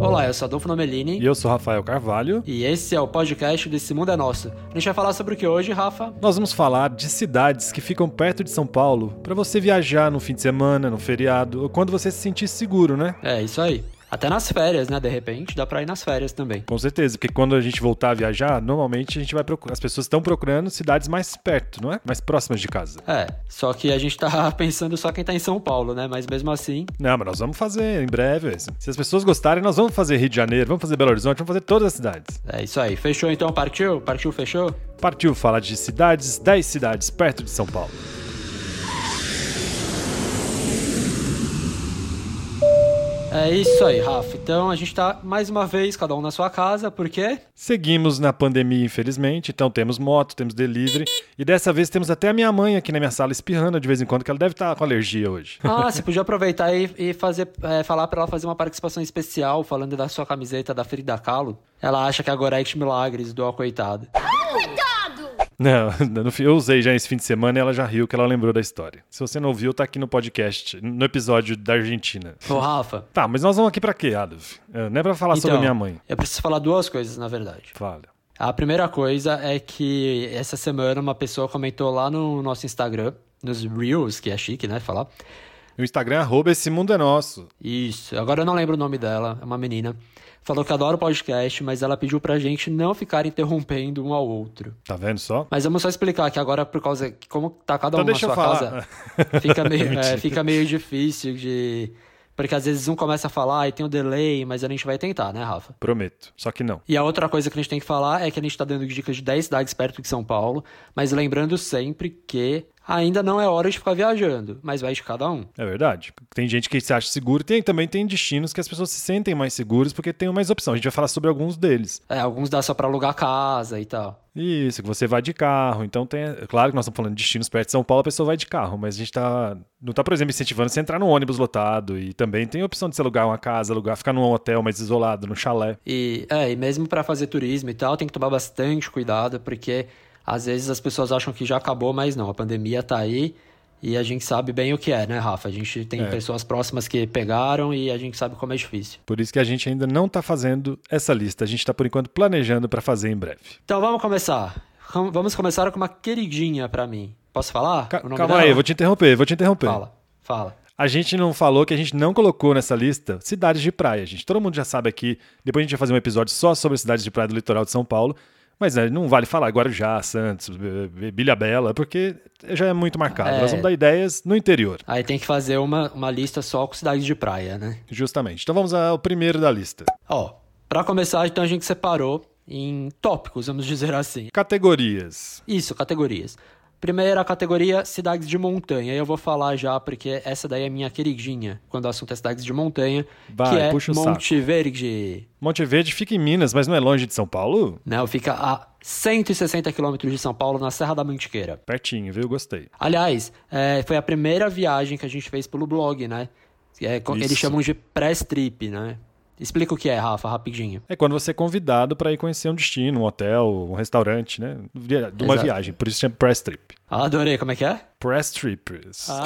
Olá, eu sou Adolfo Nomelini. E eu sou Rafael Carvalho. E esse é o podcast do Esse Mundo é Nosso. A gente vai falar sobre o que hoje, Rafa? Nós vamos falar de cidades que ficam perto de São Paulo para você viajar no fim de semana, no feriado, ou quando você se sentir seguro, né? É, isso aí. Até nas férias, né? De repente, dá pra ir nas férias também. Com certeza, porque quando a gente voltar a viajar, normalmente a gente vai procurar. As pessoas estão procurando cidades mais perto, não é? Mais próximas de casa. É, só que a gente tá pensando só quem tá em São Paulo, né? Mas mesmo assim, Não, mas nós vamos fazer em breve. assim. Se as pessoas gostarem, nós vamos fazer Rio de Janeiro, vamos fazer Belo Horizonte, vamos fazer todas as cidades. é isso aí. Fechou então? Partiu? Partiu, fechou? Partiu falar de cidades, 10 cidades perto de São Paulo. É isso aí, Rafa. Então a gente tá mais uma vez, cada um na sua casa, por quê? Seguimos na pandemia, infelizmente, então temos moto, temos delivery, e dessa vez temos até a minha mãe aqui na minha sala espirrando de vez em quando, que ela deve estar com alergia hoje. Ah, você podia aproveitar e, e fazer, é, falar pra ela fazer uma participação especial falando da sua camiseta da Frida Kahlo. Ela acha que agora é Ex Milagres do A Coitada. Não, no fim, eu usei já esse fim de semana e ela já riu que ela lembrou da história. Se você não ouviu, tá aqui no podcast, no episódio da Argentina. Ô, Rafa. Tá, mas nós vamos aqui pra quê, Adolf? É, Não é pra falar sobre a minha mãe. Então, Eu preciso falar duas coisas, na verdade. Fala. A primeira coisa é que essa semana uma pessoa comentou lá no nosso Instagram, nos Reels, que é chique, né? Falar. O Instagram, arroba esse mundo é nosso. Isso. Agora eu não lembro o nome dela, é uma menina. Falou que adora o podcast, mas ela pediu pra gente não ficar interrompendo um ao outro. Tá vendo só? Mas vamos só explicar que agora, por causa que como tá cada Então um na deixa eu sua falar. casa, fica meio, é, fica meio difícil de. Porque às vezes um começa a falar e tem um delay, mas a gente vai tentar, né, Rafa? Prometo. Só que não. E a outra coisa que a gente tem que falar é que a gente está dando dicas de 10 cidades perto de São Paulo, mas lembrando sempre que ainda não é hora de ficar viajando, mas vai de cada um. É verdade. Tem gente que se acha seguro, tem também tem destinos que as pessoas se sentem mais seguras porque tem mais opção. A gente vai falar sobre alguns deles. É, alguns dá só para alugar casa e tal. Isso, que você vai de carro. Então tem. é Claro que nós estamos falando de destinos perto de São Paulo, a pessoa vai de carro, mas a gente tá. Não tá, por exemplo, incentivando você a entrar num ônibus lotado. E também tem a opção de você alugar uma casa, alugar, ficar num hotel mais isolado, num chalé. E, é, e mesmo para fazer turismo e tal, tem que tomar bastante cuidado, porque às vezes as pessoas acham que já acabou, mas não, a pandemia tá aí. E a gente sabe bem o que é, né, Rafa? A gente tem pessoas próximas que pegaram e a gente sabe como é difícil. Por isso que a gente ainda não tá fazendo essa lista. A gente tá, por enquanto, planejando para fazer em breve. Então vamos começar. Com- Vamos começar com uma queridinha para mim. Posso falar? Ca- o nome calma dela? aí, eu vou te interromper, vou te interromper. Fala, fala. A gente não falou que a gente não colocou nessa lista cidades de praia, gente. Todo mundo já sabe aqui. Depois a gente vai fazer um episódio só sobre cidades de praia do litoral de São Paulo. Mas né, não vale falar Guarujá, Santos, B- B- Bilha Bela, porque já é muito marcado. É. Nós vamos dar ideias no interior, Aí tem que fazer uma, uma lista só com cidades de praia, né? justamente. Então vamos ao primeiro da lista. Ó, pra começar, então a gente separou em tópicos, vamos dizer assim. Categorias. Isso, categorias. Primeira categoria, cidades de montanha. Eu vou falar já, porque essa daí é minha queridinha, quando o assunto é cidades de montanha, Vai, que é puxa o saco. Monte Verde. Monte Verde fica em Minas, mas não é longe de São Paulo? Não, fica a 160 quilômetros de São Paulo, na Serra da Mantiqueira. Pertinho, viu? Gostei. Aliás, é, foi a primeira viagem que a gente fez pelo blog, né? É, co- eles Isso. chamam de press trip, né? Explica o que é, Rafa, rapidinho. É quando você é convidado para ir conhecer um destino, um hotel, um restaurante, né? De uma Exato. viagem. Por isso chama Press Trip. Ah, adorei, como é que é? Press Trips. Ah,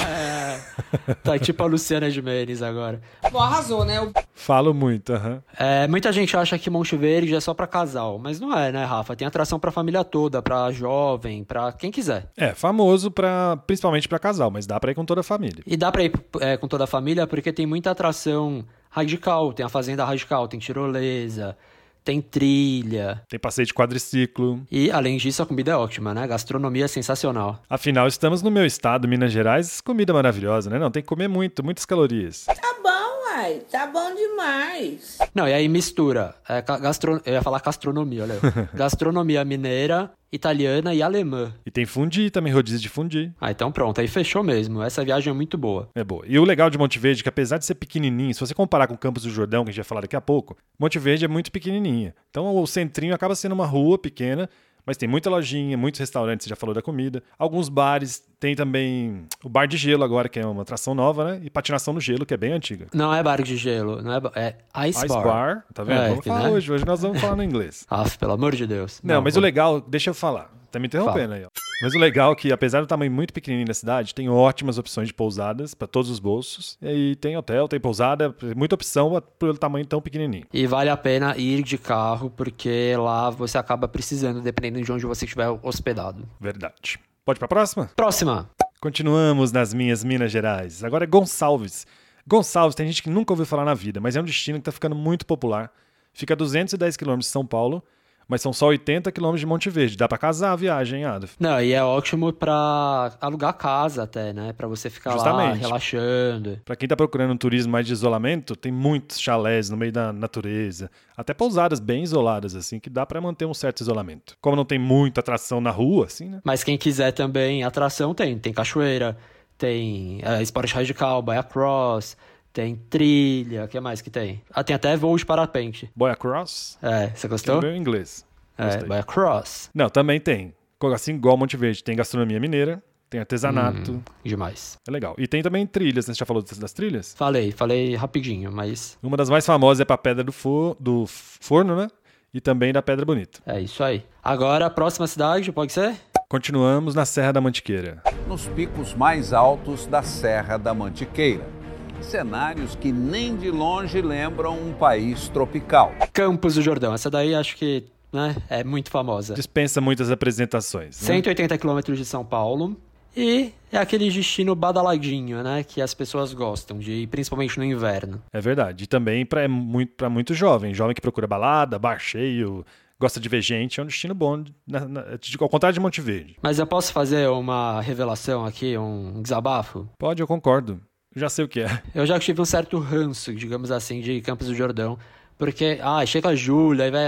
é. tá tipo a Luciana de Menezes agora. Bom, arrasou, né? O Falo muito, aham. É, muita gente acha que Monte Verde é só pra casal, mas não é, né, Rafa? Tem atração pra família toda, pra jovem, pra quem quiser. É, famoso pra, principalmente pra casal, mas dá pra ir com toda a família. E dá pra ir é, com toda a família porque tem muita atração radical. Tem a fazenda radical, tem tirolesa, tem trilha. Tem passeio de quadriciclo. E, além disso, a comida é ótima, né? Gastronomia sensacional. Afinal, estamos no meu estado, Minas Gerais, comida maravilhosa, né? Não, tem que comer muito, muitas calorias. Tá bom, uai. Tá bom demais. Não, e aí mistura. É, ca- gastro... Eu ia falar gastronomia, olha. eu. gastronomia mineira, italiana e alemã. E tem fundi, também rodízio de fundi. Ah, então pronto, aí fechou mesmo. Essa viagem é muito boa. É boa. E o legal de Monte Verde é que apesar de ser pequenininho, se você comparar com Campos do Jordão, que a gente vai falar daqui a pouco, Monte Verde é muito pequenininha. Então o centrinho acaba sendo uma rua pequena, mas tem muita lojinha, muitos restaurantes, você já falou da comida, alguns bares, tem também o bar de gelo agora, que é uma atração nova, né? E patinação no gelo, que é bem antiga. Não é bar de gelo, não é, ba- é ice, Ice bar. bar. tá vendo? É, vamos que, falar né? hoje. Hoje nós vamos falar no inglês. Aff, pelo amor de Deus. Não, mas o pô. legal, deixa eu falar. Tá, tá me interrompendo aí, ó. Mas o legal é que, apesar do tamanho muito pequenininho da cidade, tem ótimas opções de pousadas para todos os bolsos. E aí tem hotel, tem pousada, muita opção pelo tamanho tão pequenininho. E vale a pena ir de carro, porque lá você acaba precisando, dependendo de onde você estiver hospedado. Verdade. Pode pra próxima? Próxima! Continuamos nas minhas Minas Gerais. Agora é Gonçalves. Gonçalves tem gente que nunca ouviu falar na vida, mas é um destino que tá ficando muito popular. Fica a 210 quilômetros de São Paulo mas são só 80 quilômetros de Monte Verde. Dá pra casar a viagem, hein, Adolf? Não, e é ótimo pra alugar casa até, né? Pra você ficar lá Justamente. relaxando. Pra quem tá procurando um turismo mais de isolamento, tem muitos chalés no meio da natureza, até pousadas bem isoladas, assim, que dá pra manter um certo isolamento. Como não tem muita atração na rua, assim, né? Mas quem quiser também, atração tem. Tem cachoeira, tem é, esporte radical, baia cross, tem trilha, o que mais que tem? Ah, tem até voo de parapente. Boy Across, É, você que é gostou? meu inglês. É, Gostei. baia cross. Não, também tem. Assim igual Monte Verde, tem gastronomia mineira, tem artesanato, Demais. é legal. E tem também trilhas, né? Você já falou das- das trilhas? Falei, falei rapidinho, mas Uma das mais famosas é pra Pedra do, Fo- do Forno, né? E também da Pedra Bonita. é isso aí. Agora, a próxima cidade, pode ser? Continuamos na Serra da Mantiqueira. nos picos mais altos da Serra da Mantiqueira. Cenários que nem de longe lembram um país tropical. Campos do Jordão. Essa daí acho que né, é muito famosa. Dispensa muitas apresentações. né? 180 quilômetros de São Paulo. E é aquele destino badaladinho, né? Que as pessoas gostam de ir, principalmente no inverno. É verdade. E também para muito, pra muito jovem. Jovem que procura balada, bar cheio, gosta de ver gente. É um destino bom, de- na- na- de- ao contrário de Monte Verde. Mas eu posso fazer uma revelação aqui, um desabafo? Pode, eu concordo. Já sei o que é. Eu já tive um certo ranço, digamos assim, de Campos do Jordão. Porque, ah, chega julho, aí vai.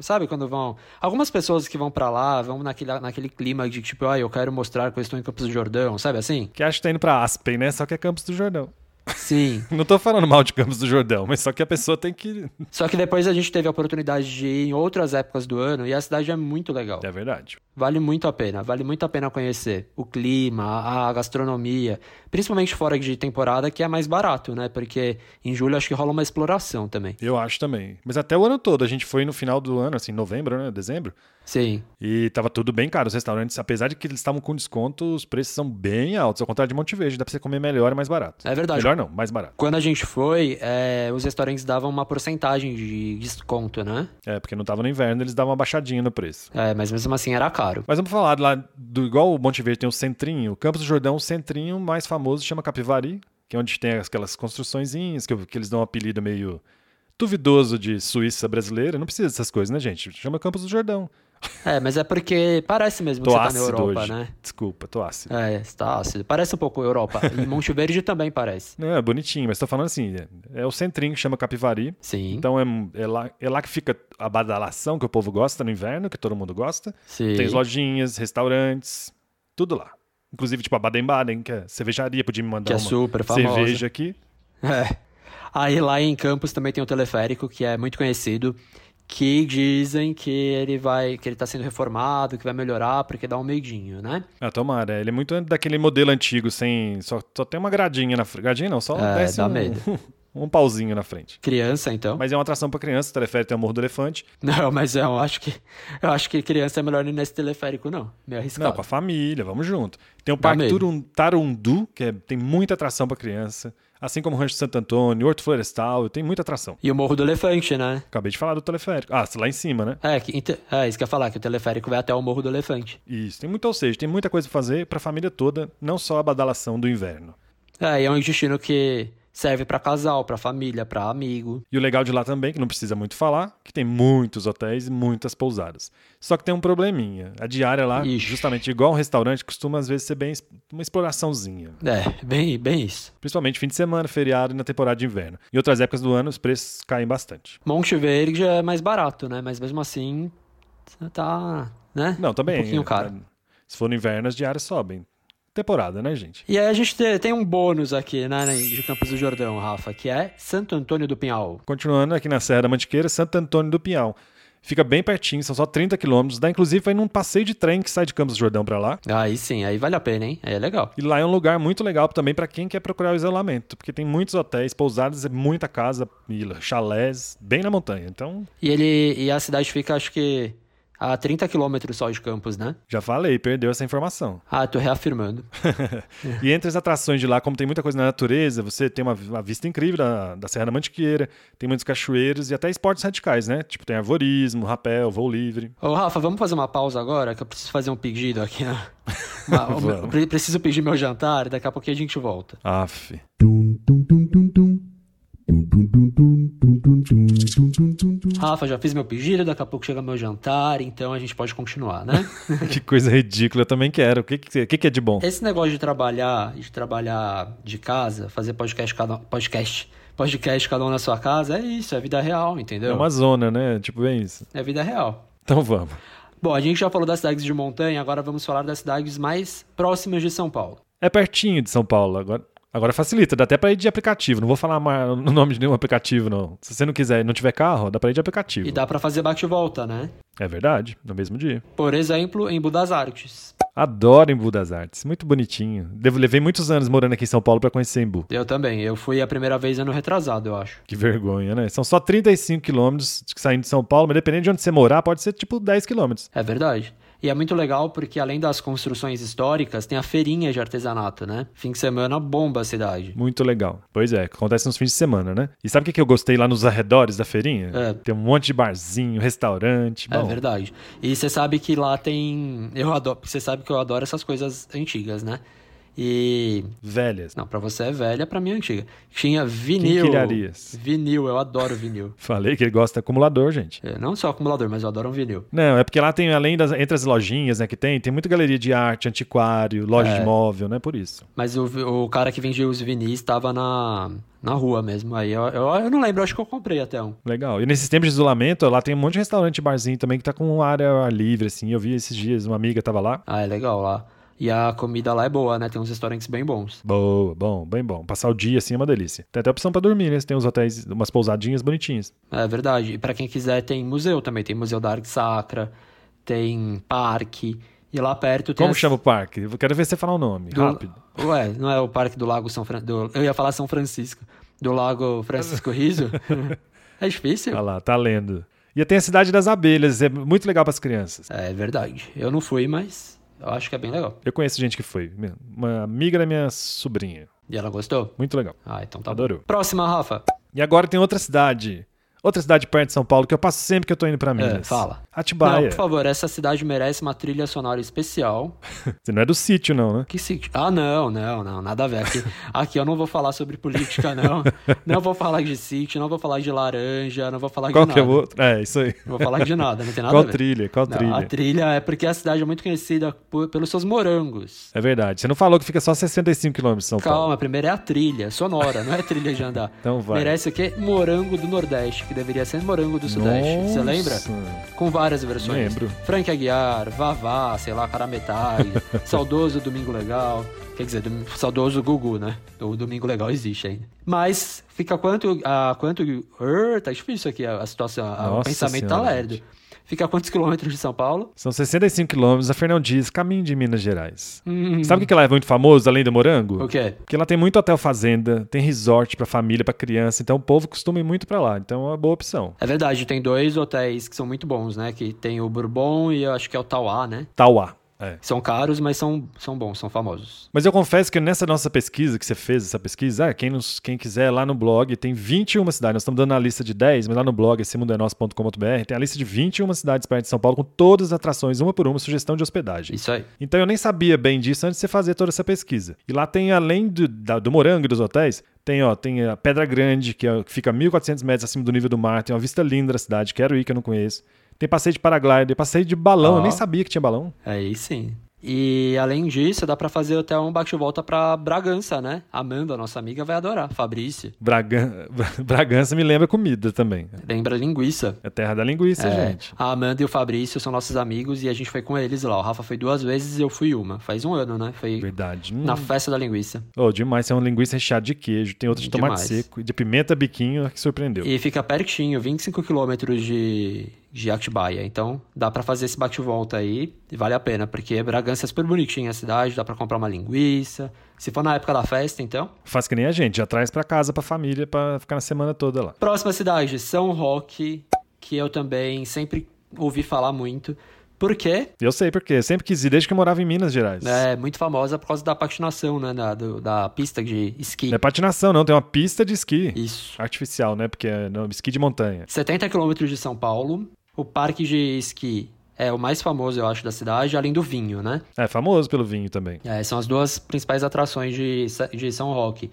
Sabe quando vão. Algumas pessoas que vão pra lá vão naquele, naquele clima de tipo, ah, eu quero mostrar que eu estou em Campos do Jordão, sabe assim? Que acho que tá indo pra Aspen, né? Só que é Campos do Jordão. Sim. Não tô falando mal de Campos do Jordão, mas só que a pessoa tem que. Só que depois a gente teve a oportunidade de ir em outras épocas do ano e a cidade é muito legal. É verdade. Vale muito a pena, vale muito a pena conhecer o clima, a a gastronomia, principalmente fora de temporada, que é mais barato, né? Porque em julho acho que rola uma exploração também. Eu acho também. Mas até o ano todo. A gente foi no final do ano, assim, novembro, né? Dezembro. Sim, E tava tudo bem caro. Os restaurantes, apesar de que eles estavam com desconto, os preços são bem altos. Ao contrário de Monte Verde, dá pra você comer melhor e mais barato. é verdade. Melhor não, mais barato. Quando a gente foi, é, os restaurantes davam uma porcentagem de desconto, né? É, porque não tava no inverno, eles davam uma baixadinha no preço. É, mas mesmo assim era caro. Mas vamos falar lá do igual o Monte Verde tem o centrinho. O Campos do Jordão, o centrinho mais famoso chama Capivari, que é onde tem aquelas construçõezinhas que, que eles dão um apelido meio duvidoso de Suíça brasileira. Não precisa dessas coisas, né, gente? Chama Campos do Jordão. É, mas é porque parece mesmo que Tô você tá na ácido Europa, hoje. né? Desculpa, tô ácido. É, está ácido. Parece um pouco Europa. E Monte Verde também parece. Não, é bonitinho, mas tô falando assim, é, é o centrinho que chama Capivari. Sim, Então é, é lá, é lá que fica a badalação que o povo gosta no inverno, que todo mundo gosta. sim. Tem as lojinhas, restaurantes, tudo lá. Inclusive, tipo, a Baden-Baden, que é cervejaria, podia me mandar Que é uma super famosa. cerveja aqui. É. Aí lá em Campos também tem um teleférico que é muito conhecido, que dizem que ele vai, que ele tá sendo reformado, que vai melhorar, porque dá um medinho, né? Ah, tomara. Ele é muito daquele modelo antigo, sem. Só, só tem uma gradinha na frente. Gradinha não, só É, desce dá um, medo. um pauzinho na frente. Criança, então. Mas é uma atração pra criança, o teleférico tem o Morro do Elefante. Não, mas eu acho que eu acho que criança é melhor ir nesse teleférico, não. Meio Não, arriscado. com a família, vamos junto. Tem o Dá Parque medo. Turun- Tarundu, que é- tem muita atração pra criança. Assim como o Rancho Santo Antônio, Horto Florestal, tem muita atração. E o Morro do Elefante, né? Acabei de falar do teleférico. Ah, lá em cima, né? É, que, inte- é isso que eu ia falar, que o teleférico vai até o Morro do Elefante. Isso, tem muito, ou seja, tem muita coisa pra fazer pra família toda, não só a badalação do inverno. É, e é um destino que serve pra casal, pra família, pra amigo. E o legal de lá também, que não precisa muito falar, que tem muitos hotéis e muitas pousadas. Só que tem um probleminha. A diária lá, Ixi. justamente igual um restaurante, costuma às vezes ser bem es- uma exploraçãozinha. É, bem, bem isso. Principalmente fim de semana, feriado e na temporada de inverno. Em outras épocas do ano, os preços caem bastante. Monte Verde é mais barato, né? Mas mesmo assim, tá, né? Não, é, também. Um pouquinho caro. Se for no inverno, as diárias sobem. Temporada, né, gente? E aí a gente te- tem um bônus aqui, né, né, de Campos do Jordão, Rafa, que é Santo Antônio do Pinhal. Continuando aqui na Serra da Mantiqueira, Santo Antônio do Pinhal. Fica bem pertinho, são só 30 quilômetros. Dá inclusive vai num passeio de trem que sai de Campos do Jordão pra lá. Aí sim, aí vale a pena, hein? Aí é legal. E lá é um lugar muito legal também pra quem quer procurar o isolamento, porque tem muitos hotéis, pousadas, e muita casa, ilha, chalés, bem na montanha. Então, E ele e a cidade fica, acho que a 30 quilômetros só de Campos, né? Já falei, perdeu essa informação. Ah, tô reafirmando. e entre as atrações de lá, como tem muita coisa na natureza, você tem uma, uma vista incrível da, da Serra da Mantiqueira, tem muitos cachoeiros e até esportes radicais, né? Tipo, tem arvorismo, rapel, voo livre. Ô, Rafa, vamos fazer uma pausa agora, que eu preciso fazer um pedido aqui. Né? Uma- o meu- Vamos. pre- preciso pedir meu jantar, daqui a pouquinho a gente volta. Aff. Dum dum dum dum dum. Dum dum dum dum dum dum dum dum dum dum dum. Rafa, já fiz meu pedido, daqui a pouco chega meu jantar, então a gente pode continuar, né? que coisa ridícula, eu também quero. O que, que, o que que é de bom? Esse negócio de trabalhar, de trabalhar de casa, fazer podcast cada um, podcast, podcast cada um na sua casa, é isso, é vida real, entendeu? É uma zona, né? Tipo, é isso. É vida real. Então vamos. Bom, a gente já falou das cidades de montanha, agora vamos falar das cidades mais próximas de São Paulo. É pertinho de São Paulo. Agora, agora facilita, dá até pra ir de aplicativo. Não vou falar mais o nome de nenhum aplicativo, não. Se você não quiser e não tiver carro, dá pra ir de aplicativo. E dá pra fazer bate e volta, né? É verdade, no mesmo dia. Por exemplo, em Budas Artes. Adoro Embu das Artes, muito bonitinho. Devo, levei muitos anos morando aqui em São Paulo pra conhecer Embu. Eu também, eu fui a primeira vez ano retrasado, eu acho. Que vergonha, né? São só 35 quilômetros de- saindo de São Paulo, mas dependendo de onde você morar, pode ser tipo 10 quilômetros. É verdade. E é muito legal porque além das construções históricas, tem a feirinha de artesanato, né? Fim de semana bomba a cidade. Muito legal. Pois é, acontece nos fins de semana, né? E sabe o que que eu gostei lá nos arredores da feirinha? É. Tem um monte de barzinho, restaurante. É bom. verdade. E você sabe que lá tem. Eu adoro. Você sabe que eu adoro essas coisas antigas, né? E. Velhas. Não, pra você é velha, pra mim é antiga. Tinha vinil. Quinquilharias. Vinil, eu adoro vinil. Falei que ele gosta de acumulador, gente. É, Não só acumulador, mas eu adoro um vinil. Não, é porque lá tem, além das, entre as lojinhas né, que tem, tem muita galeria de arte, antiquário, loja É. de móvel, né? Por isso. Mas o, vi- o cara que vendia os vinis tava na, na rua mesmo. Aí eu, eu, eu não lembro, acho que eu comprei até um. Legal. E nesses tempos de isolamento, lá tem um monte de restaurante e barzinho também que tá com área ao ar livre, assim. Eu vi esses dias, uma amiga tava lá. Ah, é legal lá. E a comida lá é boa, né? Tem uns restaurantes bem bons. Boa, bom, bem bom. Passar o dia assim é uma delícia. Tem até opção pra dormir, né? Você tem uns hotéis, umas pousadinhas bonitinhas. É verdade. E pra quem quiser, tem museu também. Tem Museu da Arte Sacra, tem parque. E lá perto tem. Como as- chama o parque? Eu quero ver você falar o nome, do- rápido. Ué, não é o parque do Lago São Francisco. Eu ia falar São Francisco. Do Lago Francisco Riso? é difícil. Olha lá, tá lendo. E tem a Cidade das Abelhas, é muito legal pras crianças. É verdade. Eu não fui, mas eu acho que é bem legal. Eu conheço gente que foi, mesmo. uma amiga da minha sobrinha. E ela gostou? Muito legal. Ah, então tá Adorou. bom. Próxima, Rafa. E agora tem outra cidade. Outra cidade perto de São Paulo que eu passo sempre que eu tô indo pra Minas. É, fala. Não, Atibaia. por favor, essa cidade merece uma trilha sonora especial. Você não é do sítio, não, né? Que se... Ah, não, não, não, nada a ver. Aqui, aqui eu não vou falar sobre política, não. Não vou falar de sítio, não vou falar de laranja, não vou falar Qual de que é nada. o outro? É, isso aí. Não vou falar de nada, não tem nada Qual a ver. trilha? Qual Não, trilha? A trilha é porque a cidade é muito conhecida por- pelos seus morangos. É verdade. Você não falou que fica só 65 km de São Paulo. Calma, primeiro é a trilha, sonora, não é trilha de andar. Então vai. Merece o quê? Morango do Nordeste, que deveria ser morango do Sudeste. Você lembra? Nossa. Com várias versões. Lembro. Frank Aguiar, Vavá, sei lá, Carametade, Saudoso Domingo Legal. Quer dizer, dom- Saudoso Gugu, né? O Domingo Legal existe ainda. Mas fica quanto. A, quanto Ur, tá difícil aqui a, a situação. a- o Nossa pensamento tá Senhora, lerdo. gente. Fica a quantos quilômetros de São Paulo? São 65 km a Fernão Dias, caminho de Minas Gerais. Sabe o que que lá é muito famoso, além do morango? O quê? Porque lá tem muito hotel fazenda, tem resort pra família, pra criança, então o povo costuma ir muito pra lá, então é uma boa opção. É verdade, tem dois hotéis que são muito bons, né? Que tem o Bourbon e eu acho que é o Tauá, né? Tauá. É. São caros, mas são, são bons, são famosos. Mas eu confesso que nessa nossa pesquisa que você fez, essa pesquisa, ah, quem, nos, quem quiser lá no blog, tem 21 cidades. Nós estamos dando a lista de 10, mas lá no blog, esse mundo é nosso.com.br, tem a lista de 21 cidades perto de São Paulo, com todas as atrações, uma por uma, sugestão de hospedagem. Isso aí. Então eu nem sabia bem disso antes de você fazer toda essa pesquisa. E lá tem, além do, da- do morango e dos hotéis, tem, ó, tem a Pedra Grande, que, é- que fica a 1.400 metros acima do nível do mar, tem uma vista linda da cidade, quero ir, que eu não conheço. Tem passeio de paraglider, passeio de balão, eu Ó. nem sabia que tinha balão. Aí sim. E além disso, dá pra fazer até um bate-volta pra Bragança, né? Amanda, nossa amiga, vai adorar. Fabrício. Bragan... Bragança me lembra comida também. Lembra linguiça. É terra da linguiça, É, gente. a Amanda e o Fabrício são nossos amigos e a gente foi com eles lá. O Rafa foi duas vezes e eu fui uma. Faz um ano, né? Foi Verdade. Hum. na festa da linguiça. Oh, demais, tem uma linguiça recheada de queijo, tem outra de tomate Demais. seco e de pimenta biquinho, que surpreendeu. E fica pertinho, 25 quilômetros de, de Atibaia. Então dá pra fazer esse bate-volta aí e vale a pena, porque Bragança é super bonitinha a cidade, dá pra comprar uma linguiça. Se for na época da festa, então. Faz que nem a gente, já traz pra casa, pra família, pra ficar na semana toda lá. Próxima cidade, São Roque, que eu também sempre ouvi falar muito, porque Eu sei porque, sempre quis ir desde que eu morava em Minas Gerais. né, é muito famosa por causa da patinação, né, na- do- da pista de esqui. Não é patinação, não, tem uma pista de esqui. Isso. Artificial, né? Porque é não, esqui de montanha. 70 quilômetros de São Paulo, o parque de esqui é o mais famoso, eu acho, da cidade, além do vinho, né? É famoso pelo vinho também. É, são as duas principais atrações de, Sa- de São Roque.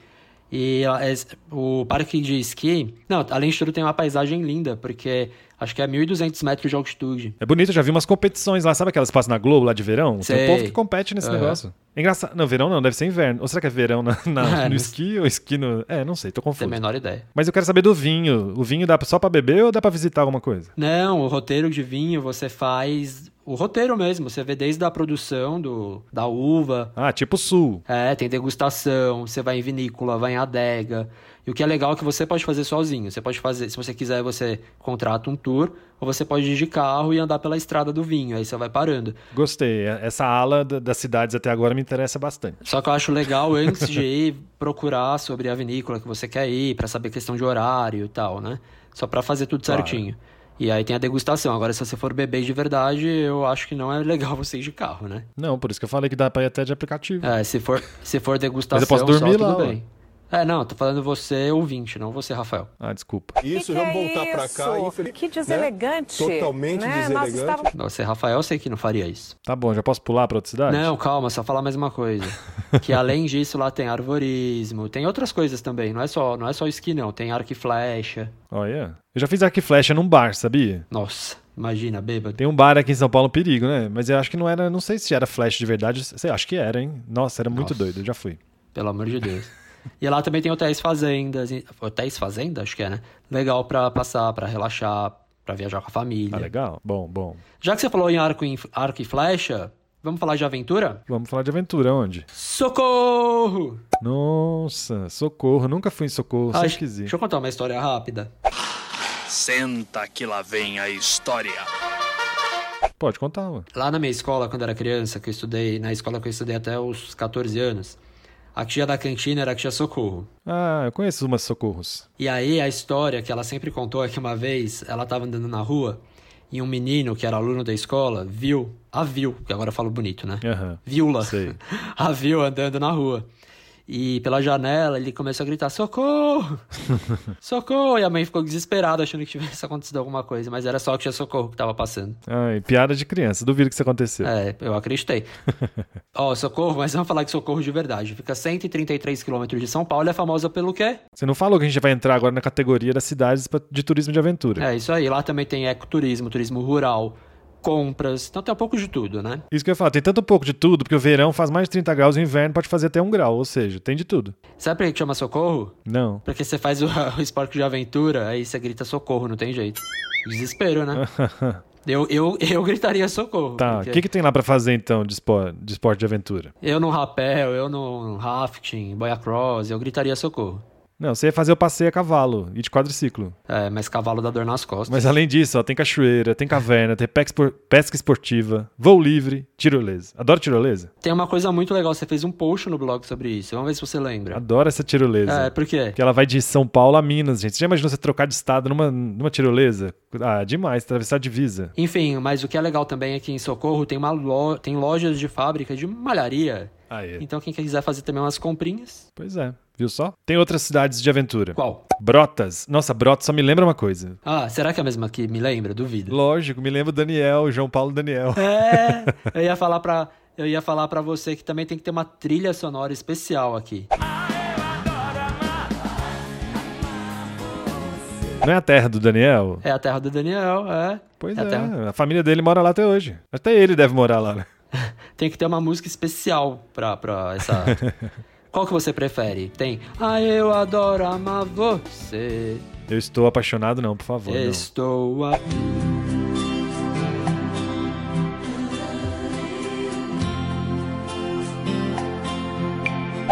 E ó, é, o parque de esqui, não, além de tudo tem uma paisagem linda, porque acho que é 1.200 metros de altitude. É bonito, eu já vi umas competições lá, sabe aquelas que passam na Globo lá de verão? Sei. Tem um povo que compete nesse Aham. negócio. É engraçado. Não, verão não, deve ser inverno. Ou será que é verão na- na- É, no não- esqui ou esqui no. É, não sei, tô Não tenho a confuso. menor ideia. Mas eu quero saber do vinho. O vinho dá só pra beber ou dá pra visitar alguma coisa? Não, o roteiro de vinho você faz o roteiro mesmo, você vê desde a produção do, da uva, Ah, tipo sul. é, tem degustação, você vai em vinícola, vai em adega. E o que é legal é que você pode fazer sozinho. Você pode fazer, se você quiser, você contrata um tour, ou você pode ir de carro e andar pela estrada do vinho, aí você vai parando. Gostei. É, Essa ala da- das cidades até agora me interessa bastante. Só que eu acho legal antes de ir procurar sobre a vinícola que você quer ir, pra saber questão de horário e tal, né? Só pra fazer tudo Claro. certinho. E aí tem a degustação. Agora, se você for beber de verdade, eu acho que não é legal você ir de carro, né? Não, por isso que eu falei que dá pra ir até de aplicativo. É, se for, se for degustação, Mas eu posso dormir só, lá, tudo ué. bem. É, não, tô falando você ouvinte, não você, Rafael. Ah, desculpa. Isso, que vamos é voltar pra cá. isso? infeliz- Que né? deselegante, Totalmente né? Nós deselegante. estávamos- Você, Rafael, eu sei que não faria isso. Tá bom, já posso pular pra outra cidade? Não, calma, só falar mais uma coisa. que além disso, lá tem arvorismo, tem outras coisas também. Não é só, não é só esqui, não. Tem arco e flecha. Olha. Oh, Eu já fiz arco e flecha num bar, sabia? Nossa, imagina, bêbado. Tem um bar aqui em São Paulo, um perigo, né? Mas eu acho que não era, não sei se era flash de verdade, sei, acho que era, hein? Nossa, era muito Nossa. doido, eu já fui. Pelo amor de Deus. E lá também tem hotéis fazendas. e- Hotéis fazenda? Acho que é, né? Legal pra passar, pra relaxar, pra viajar com a Ah, família. legal? Bom, bom. Já que você falou em arco, e- arco e flecha, vamos falar de aventura? Vamos falar de aventura, onde? Socorro! Nossa, socorro, nunca fui em socorro, Ah, sempre deixa- quis ir. deixa eu contar uma história rápida. Senta que lá vem a história. Pode contar, mano. Lá na minha escola, quando eu era criança, que eu estudei, na escola que eu estudei até os 14 anos, a tia da cantina era a tia Socorro. Ah, eu conheço umas socorros. E aí a história que ela sempre contou é que uma vez ela estava andando na rua e um menino que era aluno da escola viu, a viu, que agora eu falo bonito, né? Aham. Viu-la. Sei. A viu andando na rua. E pela janela ele começou a gritar: socorro! socorro! E a mãe ficou desesperada achando que tivesse acontecido alguma coisa, mas era só que tinha socorro que tava passando. Ai, piada de criança, duvido que isso aconteceu. É, eu acreditei. Ó, socorro, mas vamos falar de socorro de verdade. Fica 133 quilômetros de São Paulo, é famosa pelo quê? Você não falou que a gente vai entrar agora na categoria das cidades pra- de turismo de aventura. É isso aí. Lá também tem ecoturismo, turismo rural, compras. Então tem um pouco de tudo, né? Isso que eu ia falar, tem tanto pouco de tudo, porque o verão faz mais de 30 graus e o inverno pode fazer até 1 grau, ou seja, tem de tudo. Sabe por que que chama socorro? Não. Porque você faz o, o esporte de aventura, aí você grita socorro, não tem jeito. Desespero, né? Eu, eu, eu gritaria socorro. Tá, o porque que, que tem lá pra fazer então de esporte, de esporte de aventura? Eu no rapel, eu no rafting, boia cross, eu gritaria socorro. Não, você ia fazer o passeio a cavalo e de quadriciclo. É, mas cavalo dá dor nas costas. Mas além disso, ó, tem cachoeira, tem caverna, tem pe- espor- pesca esportiva, voo livre, tirolesa. Adoro tirolesa? Tem uma coisa muito legal, você fez um post no blog sobre isso. Vamos ver se você lembra. Adoro Ah, essa tirolesa. É, por quê? Porque ela vai de São Paulo a Minas, gente. Você já imaginou você trocar de estado numa, numa tirolesa? Ah, demais, atravessar a divisa. Enfim, mas o que é legal também é que em Socorro tem, uma lo... tem lojas de fábrica de malharia. Aí. Então quem quiser fazer também umas comprinhas. Pois é, viu só? Tem outras cidades de aventura. Qual? Brotas. Nossa, Brotas só me lembra uma coisa. Ah, será que é a mesma que me lembra? Duvido. Lógico, me lembra o Daniel, o João Paulo Daniel. É, eu ia falar pra. Eu ia falar para você que também tem que ter uma trilha sonora especial aqui. Não é a terra do Daniel? É a terra do Daniel, é. Pois a é, terra- a família dele mora lá até hoje. Até ele deve morar lá, né? Tem que ter uma música especial pra, pra essa. Qual que você prefere? Tem. Ah, eu adoro amar você. Eu estou apaixonado, não, por favor. não. Estou a...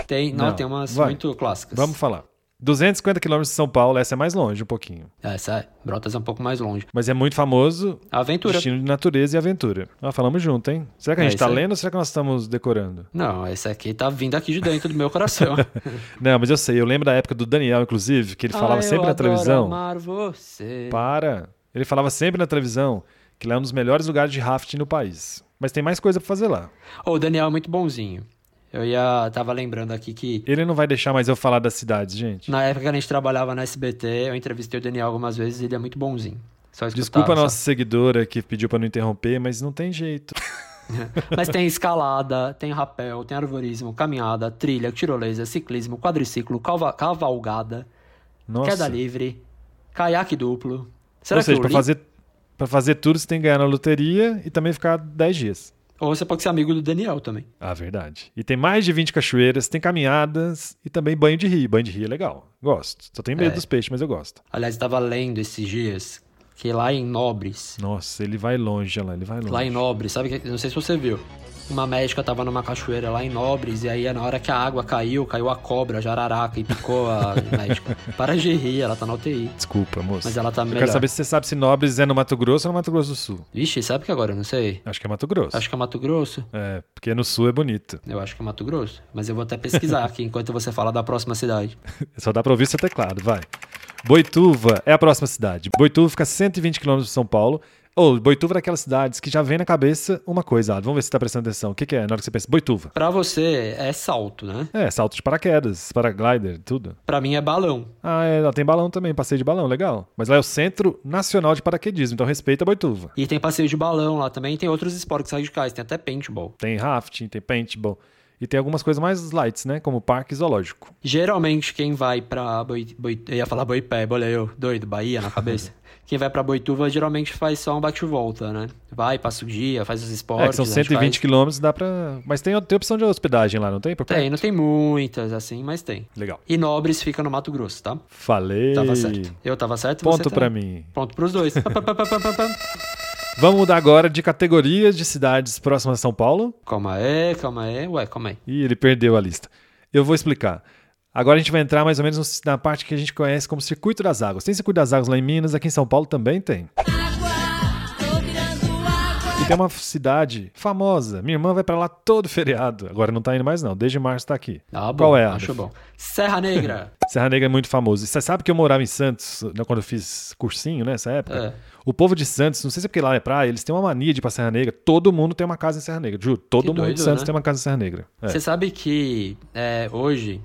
Tem, não, Não, tem umas vai. muito clássicas. Vamos falar. 250 quilômetros de São Paulo, essa é mais longe um pouquinho. Essa é, Brotas é um pouco mais longe. Mas é muito famoso. Aventura. Destino de natureza e aventura. Ah, falamos junto, hein? Será que a É gente tá isso aí. lendo ou será que nós estamos decorando? Não, essa aqui tá vindo aqui de dentro do meu coração. Não, mas eu sei, eu lembro da época do Daniel, inclusive, que ele falava Ah, eu sempre na adoro televisão. Amar você. Para! Ele falava sempre na televisão que lá é um dos melhores lugares de rafting no país. Mas tem mais coisa pra fazer lá. Ô, o Daniel é muito bonzinho. Eu ia. Tava lembrando aqui que Ele não vai deixar mais eu falar das cidades, gente. na época que a gente trabalhava na SBT, eu entrevistei o Daniel algumas vezes e ele é muito bonzinho. Só escutar, Desculpa a sabe? nossa seguidora que pediu pra não interromper, mas não tem jeito. Mas tem escalada, tem rapel, tem arvorismo, caminhada, trilha, tirolesa, ciclismo, quadriciclo, calva- cavalgada, Nossa. queda livre, caiaque duplo. Será Ou seja, que eu pra li? fazer, pra fazer tudo, você tem que ganhar na loteria e também ficar 10 dias. Ou você pode ser amigo do Daniel também. Ah, verdade. E tem mais de 20 cachoeiras, tem caminhadas e também banho de rio. Banho de rio é legal. Gosto. Só tenho medo É. dos peixes, mas eu gosto. Aliás, estava lendo esses dias que lá em Nobres, Nossa, ele vai longe, olha lá, ele vai longe. lá em Nobres, sabe que não sei se você viu. Uma médica tava numa cachoeira lá em Nobres e aí na hora que a água caiu, caiu a cobra, a jararaca e picou a médica. Para de rir, ela tá na UTI. Desculpa, moço. Mas ela tá Eu melhor. quero saber se você sabe se Nobres é no Mato Grosso ou no Mato Grosso do Sul. Vixe, sabe que agora eu não sei? Acho que é Mato Grosso. Acho que é Mato Grosso. É, porque no Sul é bonito. Eu acho que é Mato Grosso. Mas eu vou até pesquisar aqui enquanto você fala da próxima cidade. Só dá pra ouvir seu teclado, vai. Boituva é a próxima cidade. Boituva fica a 120 km de São Paulo. Ou Boituva é daquelas cidades que já vem na cabeça uma coisa. Ah, vamos ver se você tá prestando atenção. O que, que é na hora que você pensa? Boituva. Pra você é salto, né? É, salto de paraquedas, paraglider, tudo. Pra mim é balão. Ah, é, lá tem balão também, passeio de balão, legal. Mas lá é o Centro Nacional de Paraquedismo, então respeita a Boituva. E tem passeio de balão lá também. E tem outros esportes radicais. Tem até paintball. Tem rafting, tem paintball. E tem algumas coisas mais lights, né? Como parque zoológico. Geralmente quem vai pra... Boi... Boi... Eu ia falar Boipeba, olha eu. Doido, Bahia na cabeça. quem vai pra Boituva geralmente faz só um bate-volta, né? Vai, passa o dia, faz os é, esportes. que são radicais. 120 quilômetros, dá pra. Mas tem, tem opção de hospedagem lá, não tem? Por Tem, perto? não tem muitas assim, mas tem. Legal. E Nobres fica no Mato Grosso, tá? Falei. Tava certo. Eu tava certo você tá Ponto também. pra mim. Ponto pros dois. Pam, pam, pam, pam, pam, pam. Vamos mudar agora de categorias de cidades próximas a São Paulo. Calma aí, calma aí. Ué, calma aí. Ih, ele perdeu a lista. Eu vou explicar. Agora a gente vai entrar mais ou menos no- na parte que a gente conhece como Circuito das Águas. Tem Circuito das Águas lá em Minas, aqui em São Paulo também tem. E tem uma cidade famosa. Minha irmã vai pra lá todo feriado. Agora não tá indo mais, não. Desde março tá aqui. Ah, bom, Qual é, Acho Adolfo? bom. Serra Negra. Serra Negra é muito famoso. E você sabe que eu morava em Santos, né, quando eu fiz cursinho, né, nessa época? É. O povo de Santos, não sei se é porque lá é praia, eles têm uma mania de ir pra Serra Negra. Todo mundo tem uma casa em Serra Negra, juro. Todo Que mundo doido, de Santos né? tem uma casa em Serra Negra. É. Você sabe que é, hoje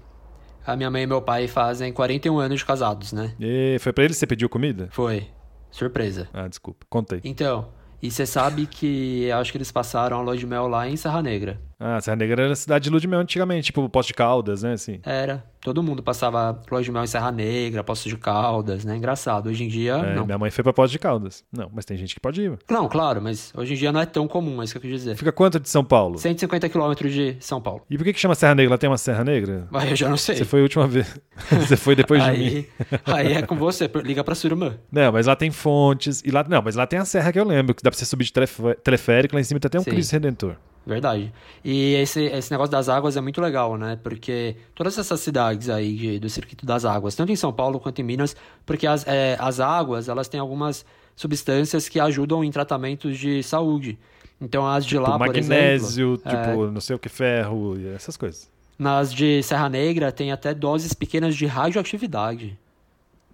a minha mãe e meu pai fazem 41 anos de casados, né? E foi pra eles que você pediu comida? Foi. Surpresa. Ah, desculpa, contei. Então, e você sabe que eu acho que eles passaram a lua de mel lá em Serra Negra. Ah, Serra Negra era a cidade de lua de mel antigamente, tipo Poço de Caldas, né, assim. Era. Todo mundo passava lua de mel em Serra Negra, Poço de Caldas, né? Engraçado. Hoje em dia, É, não. minha mãe foi pra Poço de Caldas. Não, mas tem gente que pode ir. Não, claro, mas hoje em dia não é tão comum, é isso que eu quis dizer. Fica quanto de São Paulo? 150 quilômetros de São Paulo. E por que que chama Serra Negra? Lá tem uma Serra Negra? Mas eu já não sei. Você foi a última vez. você foi depois de mim. aí, aí é com você, liga pra sua irmã. Não, mas lá tem fontes. E lá, não, mas lá tem a serra que eu lembro, que dá pra você subir de telef- teleférico, lá em cima tem até um Sim. Cristo Redentor. Verdade. E esse, esse negócio das águas é muito legal, né? Porque todas essas cidades aí de- do circuito das águas, tanto em São Paulo quanto em Minas, porque as, é, as águas, elas têm algumas substâncias que ajudam em tratamentos de saúde. Então, as de lá, Tipo, por exemplo, é. magnésio, tipo, não sei o que, ferro e essas coisas. nas de Serra Negra, tem até doses pequenas de radioatividade.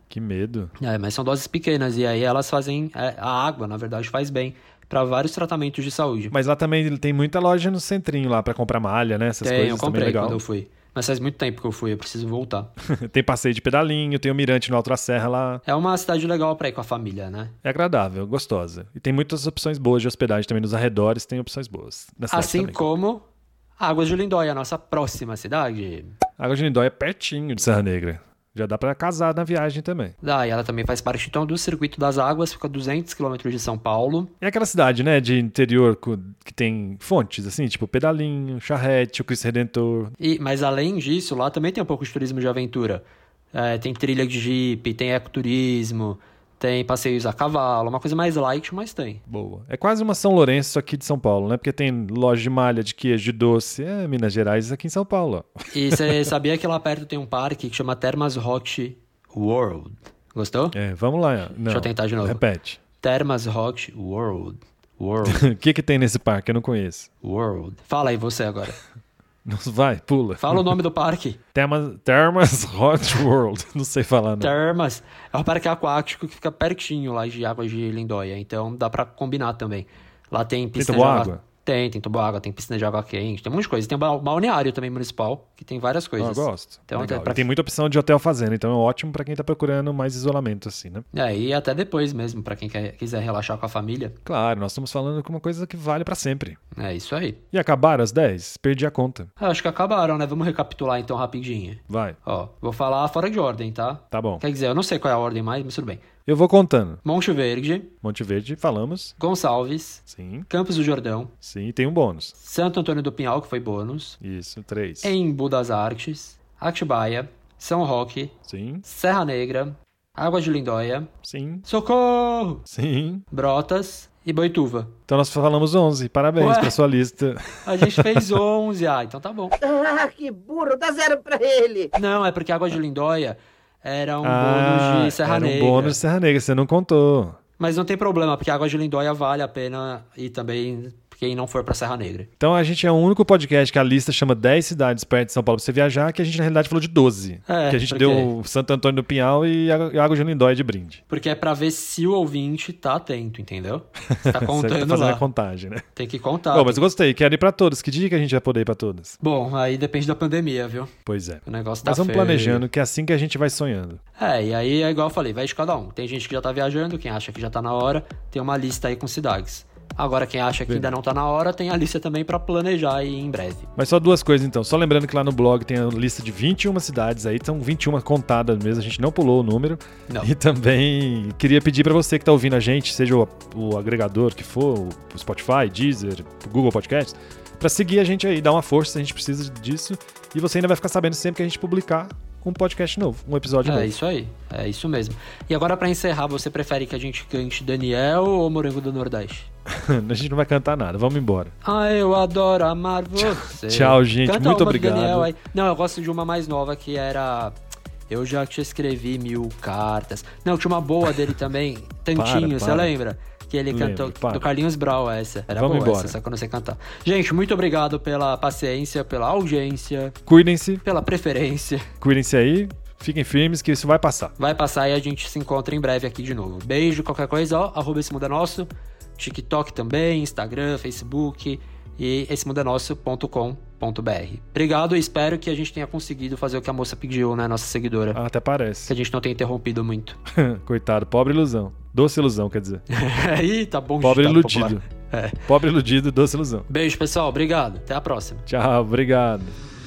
Que medo. É, mas são doses pequenas, e aí elas fazem... é, a água, na verdade, faz bem para vários tratamentos de saúde. Mas lá também tem muita loja no centrinho lá pra comprar malha, né? Essas Tem, coisas eu também é comprei legal. quando eu fui. Mas faz muito tempo que eu fui, eu preciso voltar. tem passeio de pedalinho, tem o mirante no Alto da Serra lá. É uma cidade legal pra ir com a família, né? É agradável, gostosa. E tem muitas opções boas de hospedagem também nos arredores, tem opções boas. Na cidade assim também. como Águas de Lindóia, a nossa próxima cidade. Água de Lindóia é pertinho de Serra Negra. Já dá pra casar na viagem também. Daí ela também faz parte então do Circuito das Águas, fica a 200 quilômetros de São Paulo. É aquela cidade, né, de interior co- que tem fontes, assim, tipo Pedalinho, Charrete, o Cristo Redentor. E, mas além disso, lá também tem um pouco de turismo de aventura. É, tem trilha de jipe, tem ecoturismo, tem passeios a cavalo, uma coisa mais light, mas tem. Boa. É quase uma São Lourenço aqui de São Paulo, né? Porque tem loja de malha, de queijo, de doce. É, Minas Gerais aqui em São Paulo. ó. E você sabia que lá perto tem um parque que chama Termas Rock World? Gostou? É, vamos lá. Não. Deixa eu tentar de novo. Repete. Termas Rock World. World. O que que tem nesse parque? Eu não conheço. World. Fala aí você agora. Vai, pula. Fala o nome do parque. Termas, Termas Hot World. Não sei falar, não. Termas. É um parque aquático que fica pertinho lá de Águas de Lindóia. Então dá pra combinar também. Lá tem piscina toboágua? de água. Tem, tem água, tem piscina de água quente, tem um monte de coisa. Tem um ba- balneário também municipal, que tem várias Ah, coisas. eu gosto. Então, Legal. até pra- E Tem muita opção de hotel fazenda, então é ótimo pra quem tá procurando mais isolamento, assim, né? É, e até depois mesmo, pra quem quer- quiser relaxar com a família. Claro, nós estamos falando com uma coisa que vale pra sempre. É isso aí. E acabaram as 10? Perdi a conta. Ah, Acho que acabaram, né? Vamos recapitular então rapidinho. Vai, Ó, vou falar fora de ordem, tá? tá bom. Quer dizer, eu não sei qual é a ordem mais, mas tudo bem. Eu vou contando. Monte Verde, Monte Verde, falamos. Gonçalves, Sim, Campos do Jordão, sim, tem um bônus. Santo Antônio do Pinhal, que foi bônus, Isso, três. Embu das Artes, Atibaia, São Roque, Sim, Serra Negra, Água de Lindóia, sim, Socorro, sim. Brotas e Boituva. Então nós falamos 11. Parabéns Ué. pra sua lista. A gente fez 11, ah, então tá bom. Ah, que burro, dá zero pra ele. Não, é porque Água de Lindóia era um ah, bônus de Serra era um Negra. bônus de Serra Negra, você não contou. Mas não tem problema, porque Água de Lindóia vale a pena e também quem não for pra Serra Negra. Então a gente é o único podcast que a lista chama 10 cidades perto de São Paulo pra você viajar, que a gente na realidade falou de 12. É, que a gente porque- deu Santo Antônio do Pinhal e a e a Água de Lindóia de brinde. Porque é pra ver se o ouvinte tá atento, entendeu? Você tá você contando tá fazendo lá. Tá. a contagem, né? Tem que contar. Bom, mas eu gostei, quero ir pra todas. Que dia que a gente vai poder ir pra todas? Bom, aí depende da pandemia, viu? Pois é. O negócio tá Mas vamos feio. planejando, que é assim que a gente vai sonhando. É, e aí é igual eu falei, vai de cada um. Tem gente que já tá viajando, quem acha que já tá na hora, tem uma lista aí com cidades. Agora, quem acha que ainda não tá na hora, tem a lista também pra planejar aí em breve. Mas só duas coisas então. Só lembrando que lá no blog tem a lista de 21 cidades aí, são 21 contadas mesmo, a gente não pulou o número. Não. E também queria pedir pra você que tá ouvindo a gente, seja o, o agregador que for, o Spotify, Deezer, o Google Podcast, pra seguir a gente aí, dar uma força, a gente precisa disso. E você ainda vai ficar sabendo sempre que a gente publicar um podcast novo, um episódio É novo. isso aí, é isso mesmo. E agora, pra encerrar, você prefere que a gente cante Daniel ou Morango do Nordeste? a gente não vai cantar nada, vamos embora. Ah, eu adoro amar você. Tchau, gente, Canta muito uma do Daniel obrigado. aí. Não, eu gosto de uma mais nova que era. Eu já te escrevi mil cartas. Não, tinha uma boa dele também, Tantinho, Para, você para. lembra? Que ele Lembro, cantou para. do Carlinhos Brau essa. Era Vamos boa embora. essa, só que eu não sei cantar. Gente, muito obrigado pela paciência, pela audiência, Cuidem-se, pela preferência. cuidem-se aí, fiquem firmes que isso vai passar. Vai passar e a gente se encontra em breve aqui de novo. Beijo, qualquer coisa, ó, arroba esse mundo é nosso, TikTok também, Instagram, Facebook e esse mundo é nosso.com.br. Obrigado e espero que a gente tenha conseguido fazer o que a moça pediu, né, nossa seguidora. Ah, Até Que parece. a gente não tenha interrompido muito. Coitado, pobre ilusão. Doce ilusão, quer dizer. Aí, tá bom. de Pobre ditado iludido. popular. É. Pobre iludido, doce ilusão. Beijo, pessoal. Obrigado. Até a próxima. Tchau, obrigado.